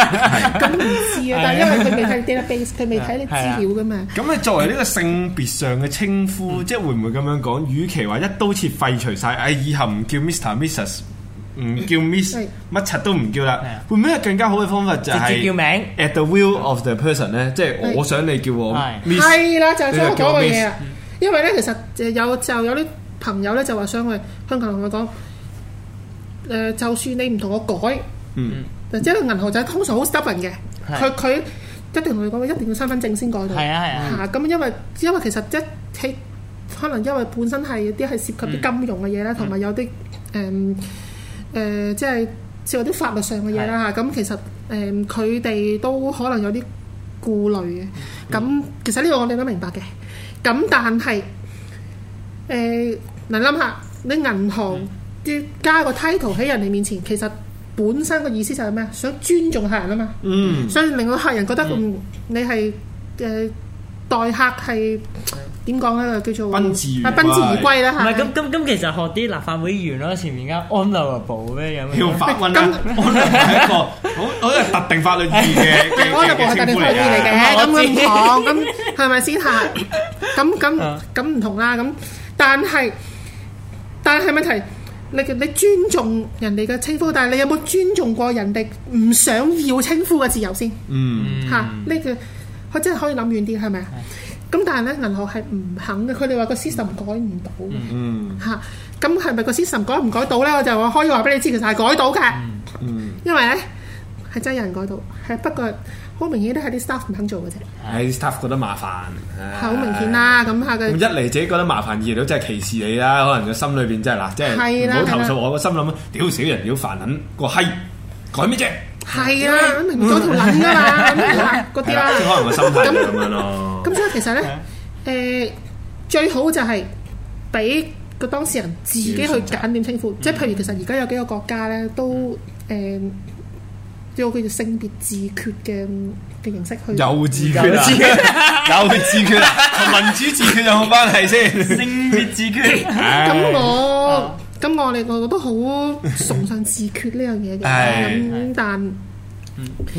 Speaker 5: 咁唔知啊。但係因為佢未睇 database，佢未睇你
Speaker 3: 係啊
Speaker 5: 資料噶嘛。
Speaker 4: 咁你作為呢個性別上嘅
Speaker 3: 嗯
Speaker 4: 稱哎呼，即係會唔會咁樣講？與其話一刀切廢除晒，誒以後唔叫 Mr. Mrs. 唔叫 miss
Speaker 5: 係
Speaker 4: 乜柒都唔叫啦
Speaker 3: 嗯係啊。
Speaker 4: 會唔會有更加好嘅方法
Speaker 3: 直
Speaker 4: 就係
Speaker 3: 接叫名嗯
Speaker 4: at the will of the person 咧？即係
Speaker 5: 係
Speaker 4: 我想你叫我
Speaker 3: 係
Speaker 4: miss，
Speaker 5: 係啦，就係想
Speaker 4: 你
Speaker 5: 我
Speaker 4: 就叫
Speaker 5: 講
Speaker 4: 我
Speaker 5: 嘅
Speaker 4: miss
Speaker 5: 嘢啦。啊因為咧，其實誒有就有啲朋友咧就話想去香港同佢講，誒、呃就算你唔同我改，
Speaker 4: 嗯，
Speaker 5: 或者銀行就通常好 stubborn 嘅，
Speaker 3: 係
Speaker 5: 佢佢一定同你講，一定要身份證先改到。
Speaker 3: 係啊係
Speaker 4: 嗯
Speaker 3: 啊
Speaker 5: 嚇咁因為因為其實一起可能因為本身係有啲係涉及
Speaker 3: 嗯
Speaker 5: 啲金融嘅嘢啦，同埋有啲誒誒即係涉及啲法律上嘅嘢啦嚇。咁其實誒佢哋都可能有啲顧慮嘅。
Speaker 3: 嗯
Speaker 5: 咁其實呢個我哋都明白嘅。咁但係誒嗱諗下，你銀行
Speaker 4: 嗯
Speaker 5: 啲加個 title 喺人哋面前，其實本身個意思就係咩？想尊重客人啊嘛。
Speaker 4: 嗯，
Speaker 5: 所以令到客人覺得嗯你係誒、呃待客係點講咧？叫做
Speaker 4: 賓至如歸
Speaker 5: 啊賓至如歸啦
Speaker 3: 唔
Speaker 5: 嚇。
Speaker 3: 係咁咁咁，其實學啲立法會議員咯，前面間 honourable 咩樣
Speaker 4: 叫
Speaker 3: 樣，
Speaker 4: 法運啦，我咧係一個好好有特定法律意義嘅 嘅
Speaker 5: 安樂
Speaker 4: 嘅
Speaker 5: 部
Speaker 4: 嘅
Speaker 5: 係特
Speaker 4: 稱呼嚟
Speaker 5: 定法醫
Speaker 3: 我知
Speaker 4: 嘅。
Speaker 5: 嚟嘅，咁佢唔同，咁係咪先嚇？咁咁
Speaker 4: 啊
Speaker 5: 咁唔同啦，咁但係但係問題，你你尊重人哋嘅稱呼，但係你有冇尊重過人哋唔想要稱呼嘅自由先？
Speaker 4: 嗯，
Speaker 5: 嚇呢個佢真係可以諗遠啲，係咪啊？咁但係咧，銀行係唔肯嘅，佢哋話個 system 改唔到。
Speaker 4: 嗯，
Speaker 5: 嚇，咁係咪個 system 改唔改到咧？我就話可以話俾你知，其實係改到嘅，
Speaker 4: 嗯，
Speaker 5: 因為咧係真有人改到，係不過好明顯都係啲 staff 唔肯做嘅啫，
Speaker 4: 唉啲，staff 覺得麻煩，
Speaker 5: 係
Speaker 4: 係
Speaker 5: 好明顯。啦。咁下
Speaker 4: 啊咁
Speaker 5: 嘅
Speaker 4: 一嚟自己覺得麻煩，二嚟都真係歧視你啦，可能個心裏邊真係嗱，即係
Speaker 5: 係
Speaker 4: 唔
Speaker 5: 啦
Speaker 4: 好投
Speaker 5: 係
Speaker 4: 訴
Speaker 5: 啦
Speaker 4: 我個心諗，屌少人屌煩撚個閪，改咩啫？
Speaker 5: 係啦，明咗條撚㗎啦，咁啊嗰
Speaker 4: 係
Speaker 5: 啲
Speaker 4: 啦，嗯即係可
Speaker 5: 啦。
Speaker 4: 能個心態係咁樣啊咯。
Speaker 5: 咁所以其實咧，誒最好就係俾個當事人自己去嗯揀點稱呼，即係譬如其實而家有幾個國家咧都誒有個叫性別自決嘅嗯嘅形式去
Speaker 4: 有自決
Speaker 3: 有自
Speaker 4: 啊！有自決啊！同民主自決有冇關係先？
Speaker 3: 性別自決。
Speaker 5: 咁
Speaker 4: 唉
Speaker 5: 我咁我哋個個都好崇尚自決呢樣嘢
Speaker 4: 係
Speaker 5: 嘅，咁但
Speaker 3: 咁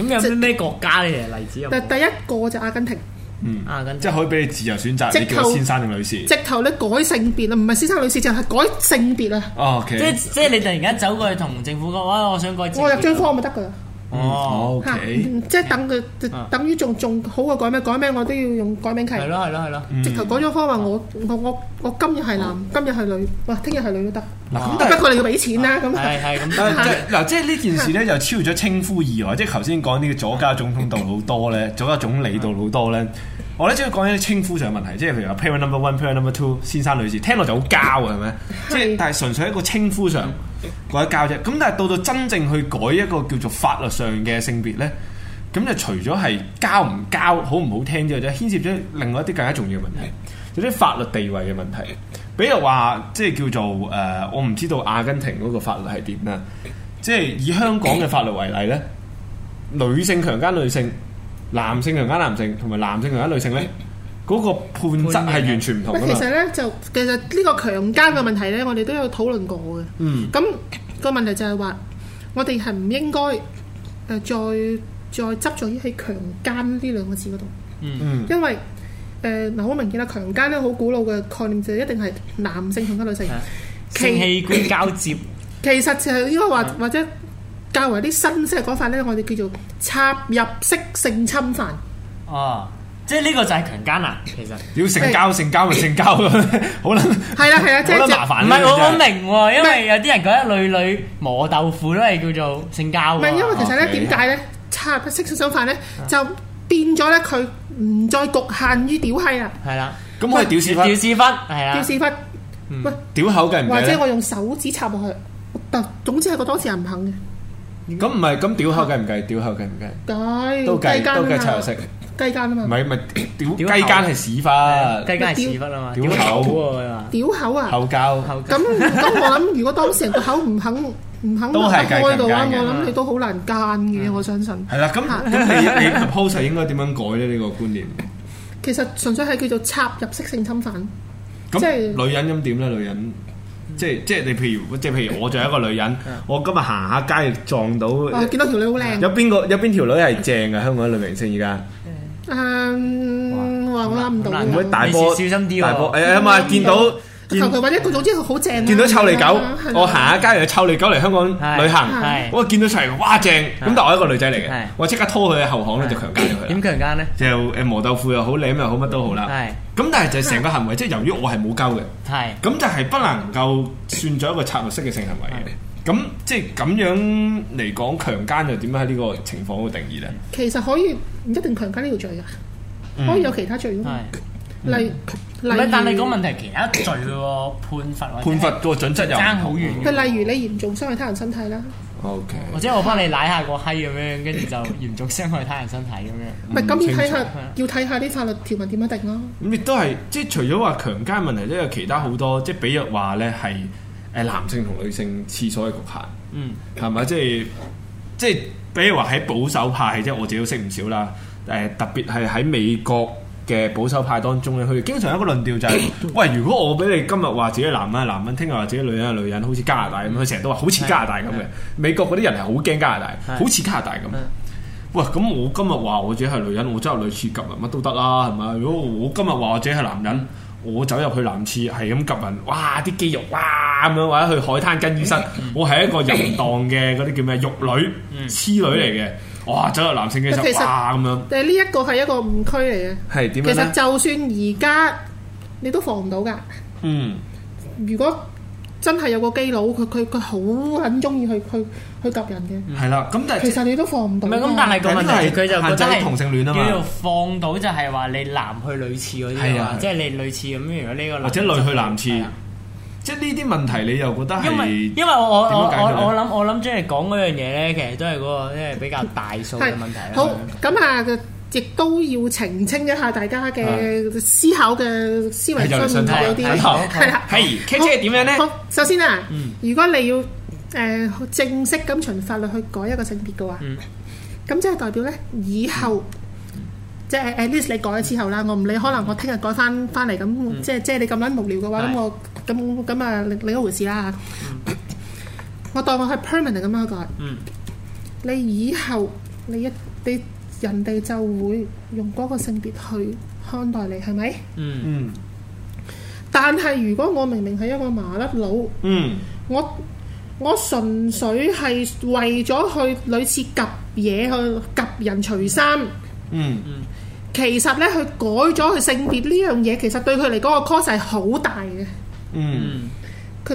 Speaker 3: 有啲咩國家嘅例子有冇？
Speaker 5: 但第一個就阿根廷，
Speaker 3: 啊，跟
Speaker 4: 即係可以俾你自由選擇，
Speaker 5: 直
Speaker 4: 你叫我
Speaker 5: 頭
Speaker 4: 先生定女士。
Speaker 5: 直頭咧改性別啊，唔係先生女士，就係改性別啊，
Speaker 4: 哦，OK，
Speaker 3: 即即係你突然間走過去同政府講，哇！我想改政
Speaker 5: 我入張
Speaker 3: 府。
Speaker 5: 科咪得噶啦，
Speaker 3: 哦，
Speaker 4: 哦
Speaker 5: 嚇，
Speaker 4: ，OK，
Speaker 5: 嗯即係等佢
Speaker 3: 啊
Speaker 5: 等於仲仲好過改名，改名我都要用改名契，
Speaker 3: 係咯係咯係咯。
Speaker 5: 直頭改咗科話我我我我今日係男，今日係女，哇，聽日係女都得，
Speaker 4: 嗱
Speaker 5: 不過你要俾錢啦啊咁。
Speaker 3: 係係 咁。
Speaker 4: 但係即係嗱，即係呢件事咧，就超越咗稱呼以外，即係頭先講呢個左家總統道好多咧，左家總理道好多咧。我咧即係講緊啲稱呼上嘅問題，即係譬如話 parent number one、parent number two、先生女士，聽落就好交啊，係咪？即係但係純粹係一個稱呼上嗰一交啫。咁但係到到真正去改一個叫做法律上嘅性別咧，咁就除咗係交唔交、好唔好聽之外，就牽涉咗另外一啲更加重要嘅問題，有啲法律地位嘅問題。比如話，即係叫做誒、呃我唔知道阿根廷嗰個法律係點啦。即係以香港嘅法律為例咧，女性強姦女性、男性強姦男性同埋男性強姦女性咧，嗰、個判則係完全唔同
Speaker 5: 喂，
Speaker 4: 噶
Speaker 5: 其
Speaker 4: 嘛。
Speaker 5: 實咧就其實呢個強姦嘅問題咧，我哋都有討論過嘅。
Speaker 4: 嗯，
Speaker 5: 咁、個問題就係話，我哋係唔應該誒、呃再再執著於喺強姦呢兩個字嗰度，
Speaker 4: 嗯
Speaker 5: 因為誒嗱好明顯啦，強姦咧好古老嘅概念就一定係男性強姦女性，
Speaker 3: 性器官交接，
Speaker 5: 其實就係應該
Speaker 4: 啊
Speaker 5: 話或者較為啲新式嘅講法咧，我哋叫做插入式性 侵犯。
Speaker 3: 哦，即係呢個就係強姦啊，其實。
Speaker 4: 要性交性交咪性交， 好啦，
Speaker 5: 係啦係啦，即
Speaker 4: 好啦
Speaker 5: 係
Speaker 4: 麻煩
Speaker 3: 唔
Speaker 4: 啦
Speaker 3: 係我我
Speaker 4: 真係
Speaker 3: 明喎，因為有啲人覺得女女磨豆腐都係叫做性交啊喎。
Speaker 5: 唔係因為其實咧
Speaker 4: 哦
Speaker 5: 點解咧插入式性侵犯咧就變咗咧佢唔再局限於屌閪啦。
Speaker 3: 係啦，
Speaker 4: 咁我係屌屎忽
Speaker 3: 屌，屎忽係
Speaker 4: 啊
Speaker 3: 啦
Speaker 5: 吊，屎忽，喂，
Speaker 4: 屌口嘅唔
Speaker 5: 或
Speaker 4: 計
Speaker 5: 者
Speaker 4: 呢
Speaker 5: 我用手指插落去，但總之係個當事人唔肯嘅，
Speaker 4: 咁唔係咁屌口計唔計？屌口計唔計？
Speaker 5: 計
Speaker 4: 都計
Speaker 5: 計奸啊
Speaker 4: 都計
Speaker 5: 嘛
Speaker 4: 插入式，
Speaker 5: 雞奸啊
Speaker 4: 唔
Speaker 5: 嘛，
Speaker 4: 係咪屌
Speaker 3: 屌
Speaker 4: 雞奸係屎忽，
Speaker 3: 雞雞係屎忽啊嘛，
Speaker 4: 屌
Speaker 3: 屌
Speaker 4: 口
Speaker 3: 口喎佢話。
Speaker 5: 屌口啊！
Speaker 4: 口交。
Speaker 3: 後
Speaker 5: 咁咁我諗，如果當事人個口唔肯唔肯
Speaker 4: 都係計嗯
Speaker 5: 開到啊，
Speaker 4: 強姦嘅
Speaker 5: 我諗你都好難奸嘅，我相信。
Speaker 4: 係啦，咁咁你你 propose 係應該點樣改咧？呢個觀念，
Speaker 5: 其實純粹係叫做插入式性侵犯，即
Speaker 4: 咁
Speaker 5: 係
Speaker 4: 女人咁點咧？女人即係即係你譬如即係譬如我就係一個女人，
Speaker 5: 嗯
Speaker 4: 我今日行下街撞到
Speaker 5: 我見到條女好靚，
Speaker 4: 有邊個有邊條女係正嘅香港女明星而家，
Speaker 5: 誒，話我諗唔到
Speaker 3: 哇
Speaker 5: 啊
Speaker 3: 咁難
Speaker 4: 唔
Speaker 3: 諗
Speaker 4: 會大波
Speaker 3: 你小心啲喎
Speaker 4: 大波誒啊嘛，見到
Speaker 5: 求其揾一嗯個，嗯總之佢好正啦。
Speaker 4: 見到臭利狗
Speaker 5: 係，啦
Speaker 4: 我行下街有臭利狗嚟香港旅行，
Speaker 3: 係
Speaker 4: 我見到臭利狗，哇正！咁但我一個女仔嚟嘅
Speaker 3: 係，
Speaker 4: 我即刻拖佢喺後巷咧就強姦咗佢啦。
Speaker 3: 點強姦咧？
Speaker 4: 就誒磨豆腐又好，舐又好，乜都好啦。
Speaker 3: 係
Speaker 4: 咁但係就係成個行為，即係由於我係冇鳩嘅，
Speaker 3: 係
Speaker 4: 咁就係不能夠算咗一個策略式嘅性行為嘅。咁即係咁樣嚟講，強姦又點樣喺呢個情況嗰度定義咧？
Speaker 5: 其實可以唔一定強姦呢條罪㗎，
Speaker 4: 嗯
Speaker 5: 可以有其他罪㗎嘛。
Speaker 3: 係。嗯
Speaker 5: 例
Speaker 3: 唔
Speaker 5: 例
Speaker 3: 係，但係個
Speaker 5: 如
Speaker 3: 問題係其他罪喎，判罰或者
Speaker 4: 判罰個準則又唔
Speaker 3: 爭好
Speaker 4: 同
Speaker 3: 遠
Speaker 5: 佢例如你嚴重傷害他人身體啦，
Speaker 4: O K，
Speaker 3: 或者我幫你舐下個閪咁樣，跟住就嚴重傷害他人身體咁樣。
Speaker 5: 咪咁要睇下
Speaker 3: 嗯
Speaker 5: 要睇下啲法律條文點樣定咯。
Speaker 4: 咁亦都係即係除咗話強姦問題，都有其他好多即係比如話咧係誒男性同女性廁所嘅局限。
Speaker 3: 嗯，
Speaker 4: 係咪？即係即係，比如話喺保守派，即係我自己都識唔少啦。誒、特別係喺美國嘅保守派當中咧，佢哋經常有一個論 調就係、喂，如果我俾你今日話自己係男人係男人，聽日話自己女人啊係女人，好似加拿大咁，佢成日都話好似加拿大咁嘅
Speaker 3: 係。
Speaker 4: 美國嗰啲人係好驚加拿大，
Speaker 3: 係
Speaker 4: 好似加拿大咁。喂，咁我今日話我自己係女人，我走入女廁及人乜都得啦，係咪？如果我今日話我自己係男人，我走入去男廁係咁及人，哇！啲肌肉哇咁樣，或者去海灘跟醫
Speaker 3: 嗯
Speaker 4: 生，我係一個淫蕩嘅嗰啲叫咩玉
Speaker 3: 嗯
Speaker 4: 女、痴女嚟嘅，哇！走入男性嘅
Speaker 5: 其
Speaker 4: 時
Speaker 5: 實
Speaker 4: 候，哇咁樣，
Speaker 5: 誒呢一個係一個誤區嚟嘅。
Speaker 4: 係點
Speaker 5: 其
Speaker 4: 樣
Speaker 5: 實
Speaker 4: 咧？
Speaker 5: 就算而家你都防唔到㗎。
Speaker 4: 嗯，
Speaker 5: 如果真係有個基佬，佢佢佢好撚中意去去去及人
Speaker 4: 係啦。咁但
Speaker 5: 嘅，其
Speaker 4: 係
Speaker 5: 實你都防唔
Speaker 3: 嗯唔
Speaker 5: 到㗎。
Speaker 3: 係咁，但係個問題係佢就覺得
Speaker 4: 限
Speaker 3: 係
Speaker 4: 制同性戀啊嘛
Speaker 3: 叫做放到就係話你男去女廁嗰啲
Speaker 4: 係
Speaker 3: 啊
Speaker 4: 啊
Speaker 3: 嘛，即係你女廁咁。如果呢個
Speaker 4: 或者
Speaker 3: 男
Speaker 4: 女去男
Speaker 3: 係
Speaker 4: 廁
Speaker 3: 啊，
Speaker 4: 即係呢啲問題，你又覺得
Speaker 3: 因為
Speaker 4: 係
Speaker 3: 因為我我
Speaker 4: 點
Speaker 3: 我
Speaker 4: 樣解決呢
Speaker 3: 我我諗我諗即係講嗰樣嘢咧，其實都係嗰個即係比較大數嘅問題啦。
Speaker 5: 好咁啊，佢亦都要澄清一下大家
Speaker 3: 啊
Speaker 5: 嘅思考嘅思維
Speaker 4: 又嚟
Speaker 5: 分
Speaker 4: 上
Speaker 5: 唔
Speaker 4: 堂
Speaker 5: 同嗰啲
Speaker 4: 上堂
Speaker 5: 係啦。
Speaker 4: 係 K 姐點樣咧？嗯
Speaker 5: 好，首先啊，如果你要誒、呃正式咁循法律去改一個性別嘅話，
Speaker 3: 嗯
Speaker 5: 咁即係代表咧以後。
Speaker 4: 嗯
Speaker 5: 即係呃 at least 你改咗之後啦，我唔理，可能我聽日改翻翻嚟咁，
Speaker 4: 嗯
Speaker 5: 即係即係你咁撚無聊嘅話，
Speaker 3: 係
Speaker 5: 咁我咁咁啊另另一回事啦。
Speaker 4: 嗯
Speaker 5: 我當我係 permanent 咁樣去改，
Speaker 3: 嗯
Speaker 5: 你以後你一你人哋就會用嗰個性別去看待你，係咪？
Speaker 3: 嗯
Speaker 4: 嗯
Speaker 5: 但係如果我明明係一個麻甩佬。
Speaker 4: 嗯，
Speaker 5: 我我純粹係為咗去類似及嘢去及人除衫，
Speaker 4: 嗯
Speaker 5: 其實咧佢改咗佢性別呢樣嘢，其實對佢嚟講個 cost 係好大嘅。
Speaker 4: 嗯
Speaker 3: 嗯
Speaker 5: 佢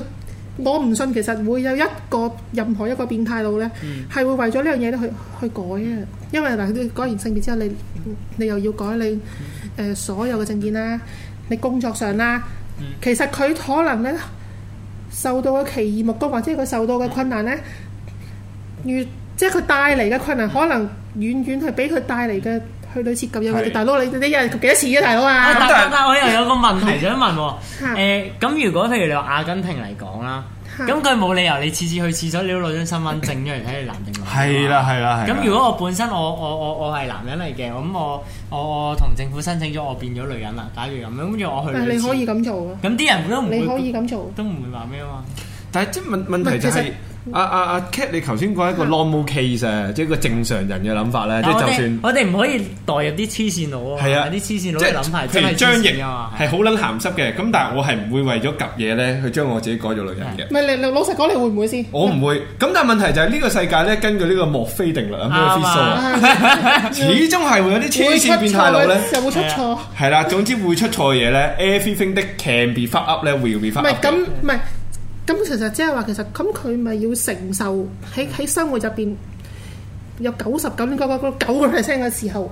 Speaker 5: 我唔信其實會有一個任何一個變態佬咧，係、會為咗呢樣嘢咧去去改嘅。因為嗱，你改完性別之後，你你又要改你誒、呃所有嘅證件啦，你工作上啦，其實佢可能咧受到嘅奇異目光或者佢受到嘅困難咧，越即係佢帶嚟嘅困難，可能遠遠係比佢帶嚟嘅去類似咁樣嘅
Speaker 4: 係
Speaker 5: 大佬，你你一日及幾多次啊，大佬
Speaker 3: 啊
Speaker 5: 啊？
Speaker 3: 但但但我又有個問題想問喎，
Speaker 5: 嚇
Speaker 3: 誒咁如果譬如你話阿根廷嚟講啦，
Speaker 5: 嚇
Speaker 3: 咁佢冇理由你次次去廁所你都攞張身份證出嚟睇你男定女。啊
Speaker 4: 係啦。係啦係啦。
Speaker 3: 咁如果我本身我我我我係男人嚟嘅，咁我我我同政府申請咗我變咗女人啦，假如咁樣，跟住我去
Speaker 5: 但係
Speaker 3: 女
Speaker 5: 你
Speaker 3: 廁
Speaker 5: 可以，咁做啊，
Speaker 3: 咁啲人都唔會
Speaker 5: 你可以咁做。
Speaker 3: 都唔會話咩啊嘛。
Speaker 4: 但係即係問問題就
Speaker 5: 唔係
Speaker 4: 係
Speaker 5: 其實
Speaker 4: 阿阿阿 Cat，你頭先講一個
Speaker 5: 啊
Speaker 4: normal case 啊，即係一個正常人嘅諗法咧，即
Speaker 3: 嗯但
Speaker 4: 係
Speaker 3: 我
Speaker 4: 就
Speaker 3: 哋
Speaker 4: 算
Speaker 3: 我哋唔可以代入啲黐線佬啊嘛，
Speaker 4: 係啊，
Speaker 3: 啲黐線佬
Speaker 4: 即
Speaker 3: 嘅諗法真
Speaker 4: 譬
Speaker 3: 係
Speaker 4: 如張
Speaker 3: 黐
Speaker 4: 瑩
Speaker 3: 線啊嘛，
Speaker 4: 係好撚鹹濕嘅，咁但係我係唔會為咗夾嘢咧去將我自己改做女人
Speaker 3: 嗯
Speaker 4: 嘅。
Speaker 5: 唔係你你老實講，你會唔會先？
Speaker 4: 我唔會，咁但係問題就係呢個世界咧，根據呢個莫非定律啊，咩 f
Speaker 3: 啱啊
Speaker 4: i 始終係會有啲黐線變態佬咧，
Speaker 5: 就會出
Speaker 3: 係
Speaker 5: 錯。
Speaker 4: 係啦，總之會出錯嘅嘢咧，everything that can be fucked up 咧，will be
Speaker 5: 唔
Speaker 4: fucked
Speaker 5: 係
Speaker 4: up
Speaker 5: 咁，
Speaker 4: 嘅。
Speaker 5: 唔係咁，其實即係話其實咁佢咪要承受喺喺生活入邊有九十九點九九九個 percent 嘅時候，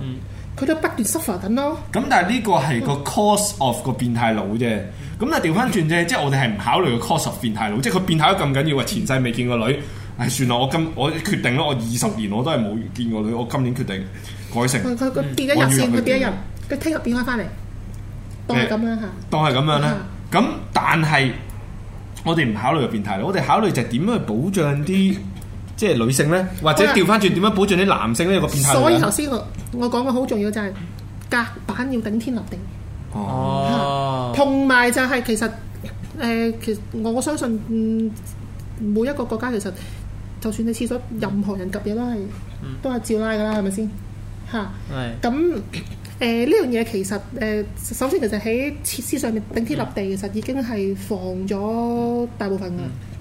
Speaker 5: 佢都不斷 suffer 緊咯。
Speaker 4: 咁但係呢個係個 cause of 個變態佬啫。咁但係調翻轉啫，即係我哋係唔考慮個 cause of 變態佬，即係佢變態得咁緊要啊！前世未見過女，唉算啦，我今我決定啦，我二十年我都係冇見過女，我今年決定改成
Speaker 5: 佢佢佢變
Speaker 4: 我
Speaker 5: 咗
Speaker 4: 以為
Speaker 5: 日先，
Speaker 4: 佢
Speaker 5: 佢變
Speaker 4: 點
Speaker 5: 咗日，佢聽日變翻翻嚟，當係咁樣嚇。
Speaker 4: 當係咁樣咧
Speaker 5: 嗯。
Speaker 4: 咁但係我哋唔考慮個變態佬，我哋考慮就係點樣去保障啲即係女性咧，或者
Speaker 5: 好啦
Speaker 4: 調翻轉點樣保障啲男性咧有個變態佬
Speaker 5: 所以頭
Speaker 4: 呢。
Speaker 5: 先我我講嘅好重要就係隔板要頂天立地。
Speaker 4: 哦，
Speaker 3: 哦，
Speaker 5: 同埋就係其實誒、呃其實我相信嗯每一個國家其實就算你廁
Speaker 3: 嗯
Speaker 5: 所任何人及嘢都係、都係照拉㗎啦，係咪先嚇？
Speaker 3: 係
Speaker 5: 咁誒呢樣嘢其實誒、呃首先其實喺設施上面頂天立地，其實已經係防咗大部分㗎。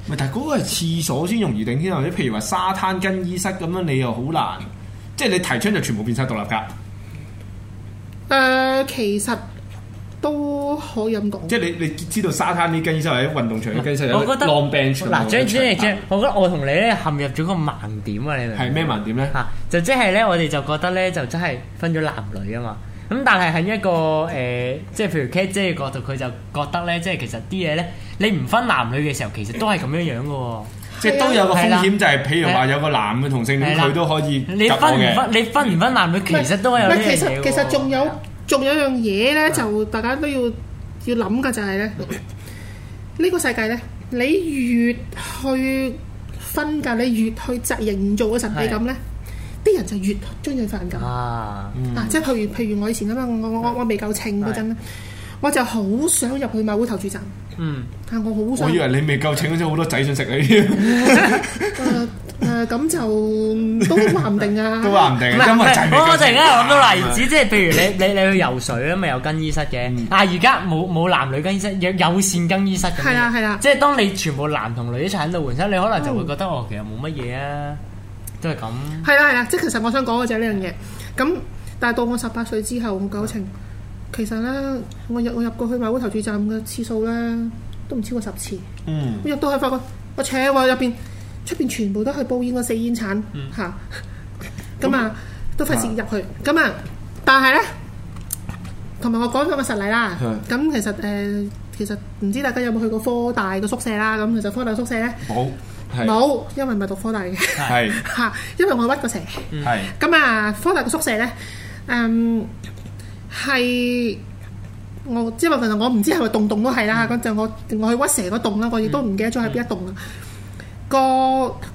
Speaker 4: 咪但係嗰個係廁所先容易頂天立地，譬如話沙灘更衣室咁樣，你又好難，即係你提倡就全部變晒獨立格，
Speaker 5: 誒、呃其實都可以咁講。
Speaker 4: 即係你你知道沙灘啲更衣室或者運動場啲更衣室有
Speaker 3: 我覺得
Speaker 4: long bench 咁樣
Speaker 3: 嗱，張主
Speaker 4: 長
Speaker 3: 席，
Speaker 4: 格
Speaker 3: 張我覺得我同你咧陷入咗個盲點啊！你明唔明
Speaker 4: 係咩盲點咧？
Speaker 3: 啊，就即係咧，我哋就覺得咧，就真係分咗男女啊嘛。咁但係喺一個誒、呃即係譬如 Cat 姐嘅角度，佢就覺得咧，即係其實啲嘢咧，你唔分男女嘅時候，其實都係咁樣樣嘅喎。
Speaker 4: 即係都有個風
Speaker 3: 係啦
Speaker 4: 險，就係譬如話有個男嘅同性戀，
Speaker 3: 係啦
Speaker 4: 佢都可以
Speaker 3: 你
Speaker 4: 及我
Speaker 3: 分唔
Speaker 4: 嘅
Speaker 3: 分？你分唔分男女，其實都有
Speaker 5: 唔
Speaker 3: 呢
Speaker 5: 係
Speaker 3: 樣
Speaker 5: 其實
Speaker 3: 嘢
Speaker 5: 其實
Speaker 3: 喎啊
Speaker 5: 仲有仲有一樣嘢咧，就大家都要要諗嘅就係咧，呢個世界咧，你越去分隔，你越去製營造嘅神秘感咧，啲人就越中意犯感。
Speaker 3: 啊，
Speaker 5: 啊，即係譬如譬如我以前咁啊，我我我我未夠稱嗰陣咧，我就好想入去馬會投注站，
Speaker 3: 嗯，
Speaker 5: 但我好想
Speaker 4: 我以為你未夠請咗好多仔想食你 添，
Speaker 5: 誒誒呃咁就都話唔定 啊，
Speaker 4: 都話唔定，
Speaker 3: 唔
Speaker 4: 因為
Speaker 3: 係唔係，
Speaker 4: 就係未夠
Speaker 3: 我突然間諗到例
Speaker 4: 請
Speaker 3: 子，即係譬如你你你去游水啊，咪有更衣室嘅，啊而家冇冇男女更衣室，有有線更衣室咁樣。
Speaker 5: 係啊係啊
Speaker 3: 即係當你全部男同女一齊喺度換衫，你可能就會覺得哦，其實冇乜嘢啊，都係咁。
Speaker 5: 係啊啦係啦，即係其實我想講嘅就係呢樣嘢。咁但係到我十八歲之後，我九情其實咧，我入我入過去馬會投注站嘅次數咧，都唔超過十次。
Speaker 4: 嗯，
Speaker 5: 我入到去發覺，我扯喎入邊，出邊全部都係煲煙嗰四煙產
Speaker 4: 嗯
Speaker 5: 嚇， 咁啊都費事入去。咁啊，但係咧，同埋我講咗個實例啦。咁其實誒，其實唔知大家有冇去過科大嘅宿舍啦？咁其實科大宿舍咧
Speaker 4: 冇係
Speaker 5: 冇，因為唔係讀科大嘅。
Speaker 4: 係
Speaker 5: 嚇，因為我 屈過蛇。
Speaker 3: 嗯
Speaker 4: 係
Speaker 5: 咁啊，科大嘅宿舍咧，嗯，係我即係話其實我唔知係咪棟棟都係啦，
Speaker 4: 嗯
Speaker 5: 嗰陣我我去屈蛇嗰棟啦，我亦都唔記得咗係邊一棟啦。
Speaker 4: 嗯
Speaker 5: 個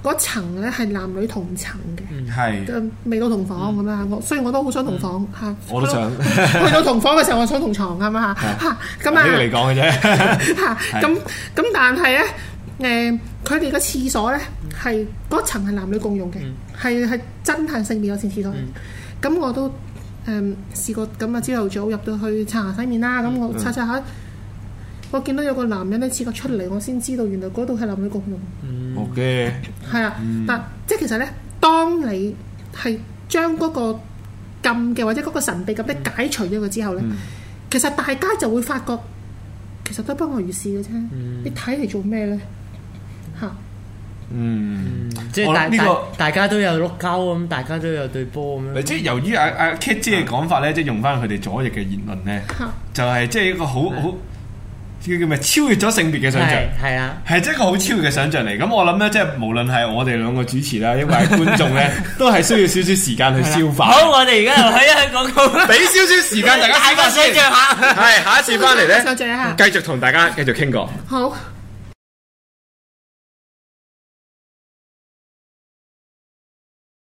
Speaker 5: 嗰層咧係男女同層
Speaker 4: 嗯
Speaker 5: 嘅，
Speaker 4: 係，
Speaker 5: 咁未到同房咁啊！我雖然我都好想同房嚇，
Speaker 4: 嗯我都想
Speaker 5: 去到同 房嘅時候，我想同床咁啊嚇，咁啊
Speaker 4: 呢個你講嘅啫，
Speaker 5: 嚇咁咁，但係咧，誒佢哋嘅廁所咧係嗰層係男女共用嘅，係係、真係性別友善廁所嚟。咁、我都誒、試過咁啊，朝頭早入到去刷牙洗面啦，咁我刷刷下，我見到有個男人咧廁格出嚟，我先知道原來嗰度係男女共用。
Speaker 4: 好嘅，
Speaker 5: 係啊，嗱、即係其實咧，當你係將嗰個禁嘅或者嗰個神秘咁咧解除咗佢之後咧，其實大家就會發覺其實都不外如是嘅啫。你睇嚟做咩咧？嚇、
Speaker 4: 嗯。
Speaker 3: 即係
Speaker 4: 我
Speaker 3: 大
Speaker 4: 諗呢
Speaker 3: 大
Speaker 4: 個
Speaker 3: 大家都有碌鳩咁，大家都有對波咁樣。
Speaker 4: 即係由於阿阿 Kit 姐嘅講法咧，即係用翻佢哋左翼嘅言論咧
Speaker 5: 嚇，
Speaker 4: 就係即係一個好好叫叫咩超越咗性別嘅想像
Speaker 3: 係。係啦。
Speaker 4: 嗯係真係一個好超越嘅想像嚟，咁我諗咧，即係無論係我哋兩個主持啦，因為係觀眾 咧，都係需要少少時間去消化，
Speaker 3: 好，我哋而家又喺一個廣告啦。
Speaker 4: 俾少少時間大家消
Speaker 3: 大
Speaker 4: 化
Speaker 3: 家想
Speaker 4: 先。
Speaker 3: 象下。
Speaker 4: 係下一次翻嚟咧
Speaker 5: 想像一下，
Speaker 4: 繼續同大家繼續傾過。
Speaker 5: 好。